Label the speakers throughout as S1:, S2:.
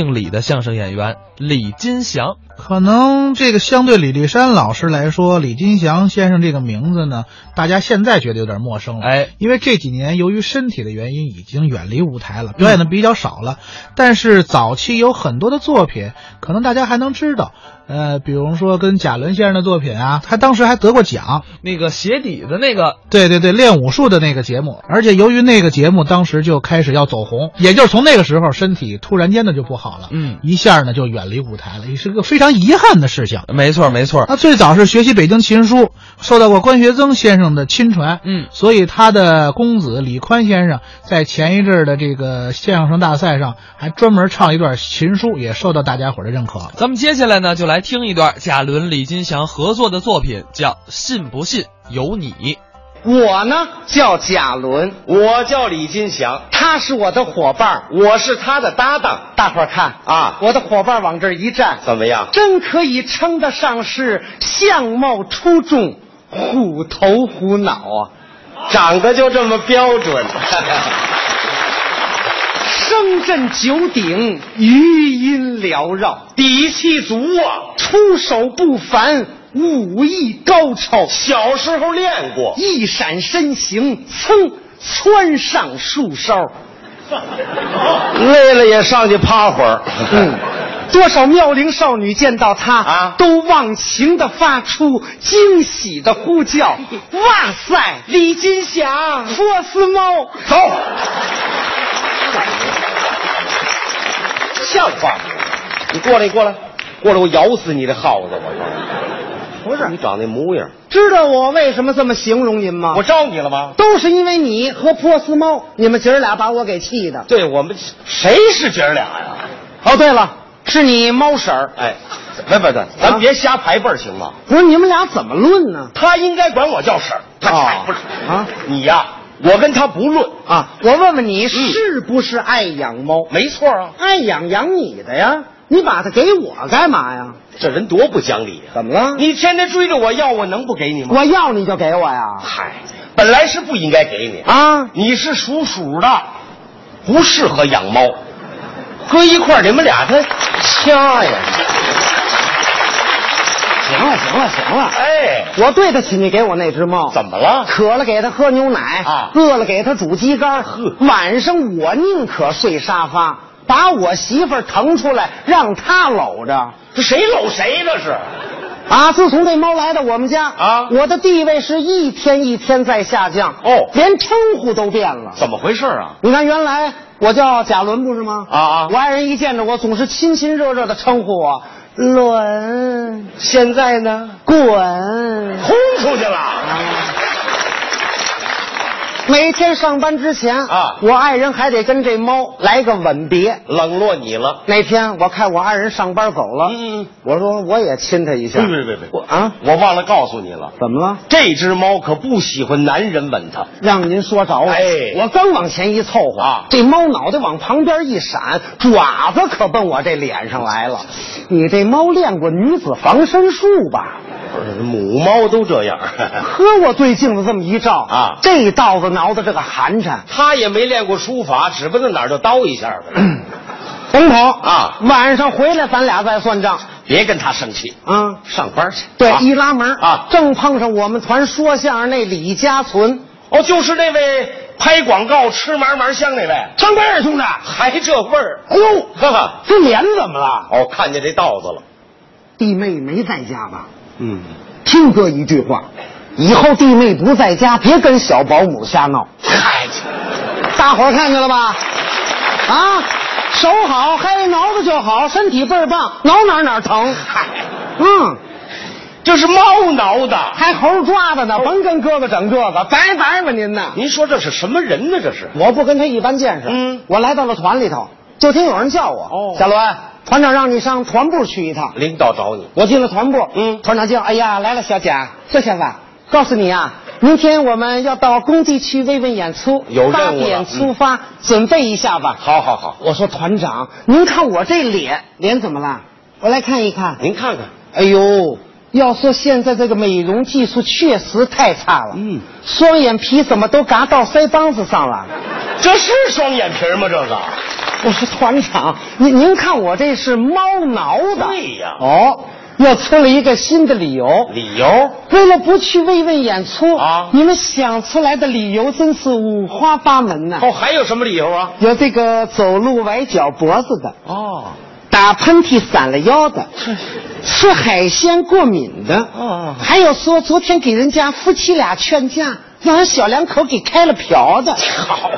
S1: 姓李的相声演员李金祥。
S2: 可能这个相对李立山老师来说，李金祥先生这个名字呢，大家现在觉得有点陌生了。
S1: 哎，
S2: 因为这几年由于身体的原因，已经远离舞台了，表演的比较少了。但是早期有很多的作品，可能大家还能知道。呃，比如说跟贾伦先生的作品啊，他当时还得过奖。
S1: 那个鞋底的那个，
S2: 对对对，练武术的那个节目，而且由于那个节目当时就开始要走红，也就是从那个时候，身体突然间的就不好了，
S1: 嗯，
S2: 一下呢就远离舞台了，也是个非常遗憾的事情。
S1: 没错没错，
S2: 他最早是学习北京琴书，受到过关学增先生的亲传，
S1: 嗯
S2: 所以他的公子李宽先生在前一阵儿的这个相声大赛上还专门唱一段琴书，也受到大家伙儿的认可。
S1: 咱们接下来呢，就来听一段贾伦、李金祥合作的作品，叫《信不信由你》。
S3: 我呢，
S4: 叫贾伦，
S3: 我叫李金祥，
S4: 他是我的伙伴。
S3: 我是他的搭档，
S4: 大伙儿看
S3: 啊
S4: 我的伙伴往这儿一站，
S3: 怎么样？
S4: 真可以称得上是相貌出众、虎头虎脑啊，
S3: 长得就这么标准，
S4: 声震九鼎，余音缭绕，
S3: 底气足啊！
S4: 出手不凡，武艺高超，
S3: 小时候练过，
S4: 一闪身形，噌窜上树梢。
S3: 累了也上去趴会儿。
S4: 嗯，多少妙龄少女见到他
S3: 啊
S4: 都忘情的发出惊喜的呼叫。 哇塞，李金霞，波斯猫，
S3: 走，像话吗？你过来，你过来，过来，我咬死你的耗子！我
S4: 不是
S3: 你长那模样，
S4: 知道我为什么这么形容您吗？
S3: 我招你了吗？
S4: 都是因为你和波斯猫，你们姐儿俩把我给气的。
S3: 对我们谁是姐儿俩呀、
S4: 哦，对了，是你猫婶儿，
S3: 哎，不不不，咱
S4: 啊
S3: 们别瞎排辈儿行吗？
S4: 不是你们俩怎么论呢？
S3: 他应该管我叫婶儿，他
S4: 哦
S3: 不是
S4: 啊
S3: 你呀、我跟他不论，
S4: 啊，我问问你，是不是爱养猫？
S3: 没错啊，
S4: 爱养养你的呀，你把它给我干嘛呀？
S3: 这人多不讲理啊！
S4: 怎么了？
S3: 你天天追着我要，我能不给你吗？
S4: 我要你就给我呀！
S3: 嗨，本来是不应该给你，
S4: 啊，
S3: 你是属鼠的，不适合养猫，搁一块儿你们俩他掐呀！
S4: 行了行了行了，
S3: 哎，
S4: 我对得起你给我那只猫。
S3: 怎么了？
S4: 渴了给它喝牛奶
S3: 啊
S4: 饿了给它煮鸡肝。
S3: 呵
S4: 晚上我宁可睡沙发，把我媳妇儿腾出来让她搂着。
S3: 这谁搂谁这是？
S4: 啊！自从这猫来到我们家
S3: 啊
S4: 我的地位是一天一天在下降
S3: 哦
S4: 连称呼都变了。
S3: 怎么回事啊？
S4: 你看，原来我叫贾伦不是吗？
S3: 啊啊
S4: 我爱人一见着我总是亲亲热热的称呼我伦，
S3: 现在呢？
S4: 滚。
S3: 轰出去了！
S4: 每天上班之前
S3: 啊
S4: 我爱人还得跟这猫来个吻别。
S3: 冷落你了。
S4: 那天我看我爱人上班走了，
S3: 嗯嗯
S4: 我说我也亲他一下。
S3: 别别别别！
S4: 我啊，
S3: 我忘了告诉你了，
S4: 怎么了？
S3: 这只猫可不喜欢男人吻它。
S4: 让您说着了。啊
S3: 哎
S4: 我刚往前一凑合
S3: 啊
S4: 这猫脑袋往旁边一闪，爪子可奔我这脸上来了。你这猫练过女子防身术吧？
S3: 不是母猫都这样，
S4: 呵，我对镜子这么一照
S3: 啊
S4: 这道子挠的这个寒碜。
S3: 它也没练过书法，只不过哪儿就叨一下呗。
S4: 冯鹏
S3: 啊
S4: 晚上回来咱俩再算账
S3: 别跟它生气，
S4: 啊。
S3: 上班去。
S4: 对，
S3: 啊
S4: 一拉门
S3: 啊，
S4: 正碰上我们团说相声那李家存。
S3: 哦，就是那位拍广告吃嘛嘛香那位，
S4: 张根儿兄弟，
S3: 还这味儿，
S4: 哎呦，
S3: 哈哈。
S4: 这脸怎么了？
S3: 哦，看见这道子了。
S4: 弟妹没在家吧？
S3: 嗯，
S4: 听哥一句话，以后弟妹不在家，别跟小保姆瞎闹。
S3: 嗨，
S4: 大伙儿看见了吧？啊，手好，嗨，挠挠就好，身体倍儿棒，挠哪儿哪儿疼。嗯，
S3: 这是猫挠的。
S4: 还猴抓的呢，甭跟哥哥整这个，拜拜吧您呐！
S3: 您说这是什么人呢？这是
S4: 我不跟他一般见识。
S3: 嗯
S4: 我来到了团里头，就听有人叫我。
S3: 哦
S4: 小伦，团长让你上团部去一趟。
S3: 领导找你。
S4: 我进了团部，
S3: 嗯
S4: 团长叫，哎呀，来了，小贾，这下子啊，告诉你啊，明天我们要到工地去慰问演出，
S3: 有任务了嗯
S4: 八点出发，准备一下吧。
S3: 好好好，
S4: 我说团长，您看我这脸，脸怎么了？我来看一看。
S3: 您看看，
S4: 哎呦，要说现在这个美容技术确实太差了，
S3: 嗯，
S4: 双眼皮怎么都嘎到腮帮子上了？
S3: 这是双眼皮儿吗？这个
S4: 我说团长，您您看我这是猫挠的。
S3: 对呀
S4: 哦，又出了一个新的理由。
S3: 理由
S4: 为了不去慰问演出
S3: 啊
S4: 你们想出来的理由真是五花八门呐、
S3: 哦，还有什么理由啊？
S4: 有这个走路崴脚脖子的，
S3: 哦，
S4: 打喷嚏闪了腰的，吃海鲜过敏的，
S3: 哦
S4: 还有说昨天给人家夫妻俩劝架，让人小两口给开了瓢的，
S3: 好，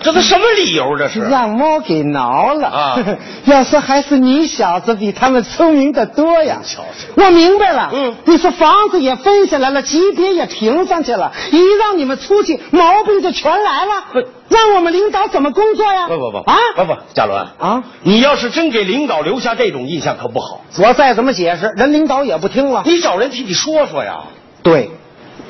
S3: 这都什么理由？这是
S4: 让猫给挠了。
S3: 啊
S4: 要说还是你小子比他们聪明的多呀。
S3: 瞧瞧
S4: 我明白了，
S3: 嗯
S4: 你说房子也分下来了，级别也评上去了，一让你们出去，毛病就全来了
S3: 不，
S4: 让我们领导怎么工作呀？
S3: 不不不
S4: 啊
S3: 不不，贾伦
S4: 啊！
S3: 你要是真给领导留下这种印象可不好，
S4: 我再怎么解释，人领导也不听了。
S3: 你找人替你说说呀。
S4: 对，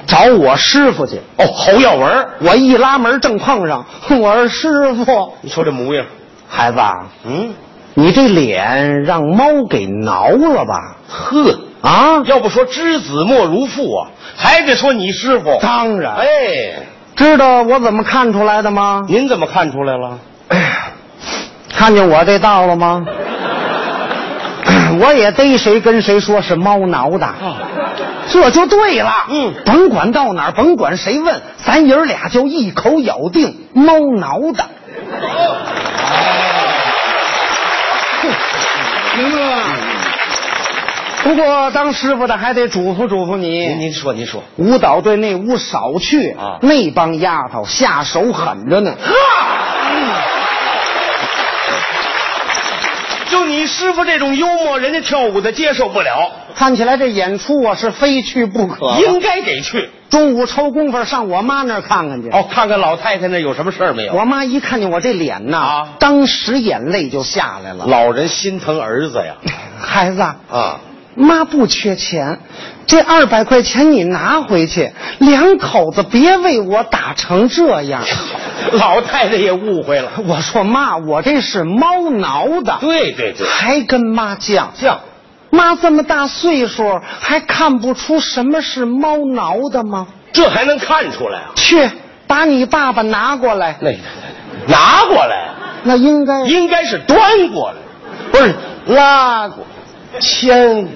S4: 找我师傅去。
S3: 哦，侯耀文，
S4: 我一拉门正碰上，我是师傅。
S3: 你说这模样，
S4: 孩子啊，
S3: 嗯，
S4: 你这脸让猫给挠了吧？
S3: 呵，
S4: 啊，
S3: 要不说知子莫如父啊，还得说你师傅。
S4: 当然
S3: 哎，
S4: 知道我怎么看出来的吗？
S3: 嗯您怎么看出来了？
S4: 哎呀，看见我这道了 吗？我也逮谁跟谁说是猫挠的，
S3: 啊
S4: 这就对了。
S3: 嗯
S4: 甭管到哪儿，甭管谁问，咱爷儿俩就一口咬定猫挠的。哦 明白了。不过当师傅的还得嘱咐嘱咐
S3: 您您说您说，
S4: 舞蹈队那屋少去
S3: 啊
S4: 那帮丫头下手狠 着呢。
S3: 就你师傅这种幽默，人家跳舞的接受不了，
S4: 看起来这演出啊是非去不可了。
S3: 应该得去。
S4: 中午抽工夫上我妈那儿看看去。
S3: 哦，看看老太太那有什么事儿没有？
S4: 我妈一看见我这脸呐，
S3: 啊
S4: 当时眼泪就下来了。
S3: 老人心疼儿子呀。
S4: 孩子啊，
S3: 啊，
S4: 妈不缺钱，这二百块钱你拿回去，两口子别为我打成这样。
S3: 老太太也误会了。
S4: 我说妈，我这是猫挠的。
S3: 对对对，
S4: 还跟妈犟
S3: 犟。
S4: 妈这么大岁数，还看不出什么是猫挠的吗？
S3: 这还能看出来啊？
S4: 去，把你爸爸拿过来。
S3: 那拿过来，
S4: 那应该
S3: 应该是端过来，不是
S4: 拉过，牵过，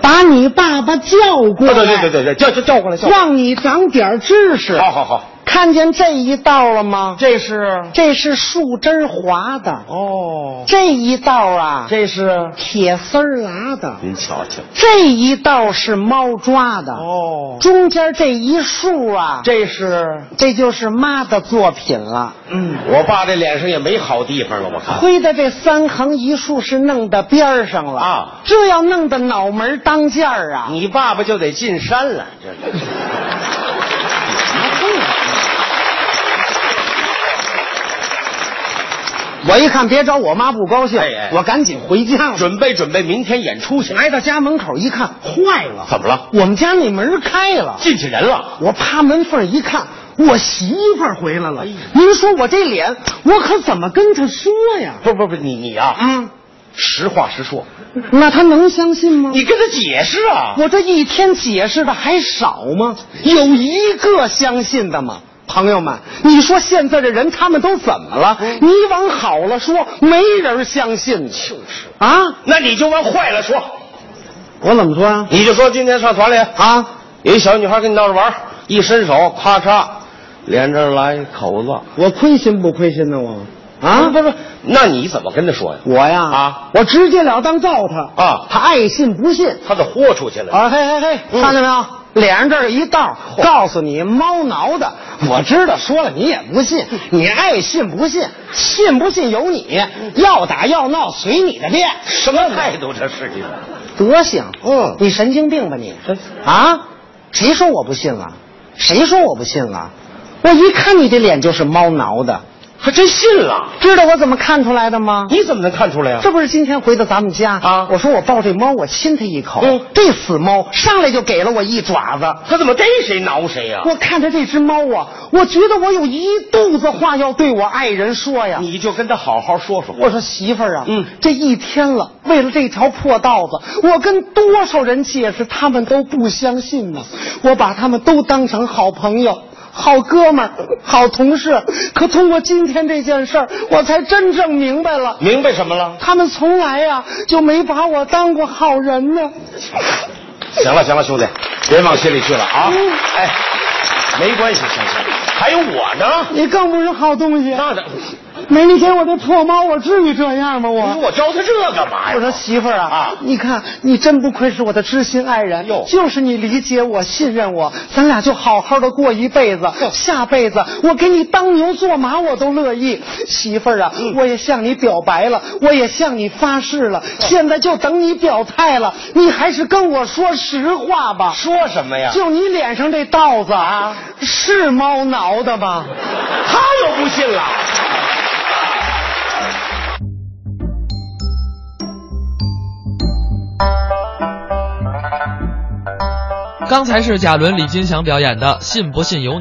S4: 把你爸爸叫过
S3: 对
S4: 来。
S3: 啊对对对对，叫叫叫过来，叫过来。
S4: 让你长点知识。
S3: 好好好，
S4: 看见这一道了吗？
S3: 这是
S4: 这是树枝儿划的，
S3: 哦，
S4: 这一道啊，
S3: 这是
S4: 铁丝儿拉的，
S3: 您瞧瞧，
S4: 这一道是猫抓的，
S3: 哦
S4: 中间这一竖啊，
S3: 这是
S4: 这就是妈的作品了。
S3: 嗯，我爸这脸上也没好地方了，我看
S4: 灰的这三横一竖是弄到边儿上了
S3: 啊
S4: 这要弄到脑门当间儿啊，
S3: 你爸爸就得进山了，这是
S4: 我一看别找我妈不高兴，
S3: 哎哎
S4: 我赶紧回家了。
S3: 准备准备明天演出去。
S4: 来到家门口一看，坏了，
S3: 怎么了？
S4: 我们家那门开了，
S3: 进去人了，
S4: 我趴门缝一看，我媳妇儿回
S3: 哎
S4: 来了。您说我这脸，我可怎么跟她说呀？
S3: 不不不，你你啊，
S4: 啊，
S3: 实话实说，
S4: 那她能相信吗？
S3: 你跟他解释啊。
S4: 我这一天解释的还少吗？有一个相信的吗？朋友们，你说现在这人他们都怎么了？你往好了说，没人相信。嗯就是啊，
S3: 那你就往坏了说，
S4: 我怎么说啊？
S3: 你就说今天上团里
S4: 啊，
S3: 有一小女孩跟你闹着玩儿，一伸手，咔嚓，连着来一口子。
S4: 我亏心不亏心呢？我啊，
S3: 不不，那你怎么跟他说呀？
S4: 我呀
S3: 啊，
S4: 我直截了当告他
S3: 啊
S4: 他爱信不信。
S3: 他得豁出去了。
S4: 啊，嘿嘿嘿，
S3: 嗯
S4: 看见没有？脸上这儿一道，告诉你猫挠的。我知道，说了你也不信，
S3: 嗯
S4: 你爱信不信，信不信由你，要打要闹随你的便。
S3: 嗯什么态度？这是你
S4: 德行，
S3: 嗯
S4: 你神经病吧你
S3: 真？
S4: 啊，谁说我不信了？谁说我不信了？我一看你这脸就是猫挠的，
S3: 还真信了？
S4: 知道我怎么看出来的吗？
S3: 你怎么能看出来呀、
S4: 这不是今天回到咱们家
S3: 啊
S4: 我说我抱这猫，我亲它一口，
S3: 嗯
S4: 这死猫上来就给了我一爪子。
S3: 他怎么逮谁挠谁呀、
S4: 我看着这只猫啊，我觉得我有一肚子话要对我爱人说呀。
S3: 你就跟他好好说说。
S4: 我说媳妇儿啊，
S3: 嗯
S4: 这一天了，为了这条破道子，我跟多少人解释，他们都不相信呢。我把他们都当成好朋友，好哥们儿、好同事。可通过今天这件事儿，我才真正明白了，
S3: 明白什么了？
S4: 他们从来呀、就没把我当过好人呢。
S3: 行了行了，兄弟，别往心里去了啊！哎，没关系，行行，还有我呢，
S4: 你更不是好东西。
S3: 那的，
S4: 没你给我这破猫，我至于这样吗？
S3: 你说
S4: 我。
S3: 我招他这干嘛呀？
S4: 我说媳妇儿啊，
S3: 哎啊
S4: 你看你真不愧是我的知心爱人，
S3: 哟
S4: 就是你理解我、信任我，咱俩就好好的过一辈子。下辈子我给你当牛做马，我都乐意。媳妇儿啊，
S3: 嗯
S4: 我也向你表白了，我也向你发誓了，现在就等你表态了。你还是跟我说实话吧，
S3: 说什么呀？
S4: 就你脸上这道子啊，是猫挠的吗？
S3: 他又不信了。
S1: 刚才是贾伦、李金祥表演的《信不信由你》。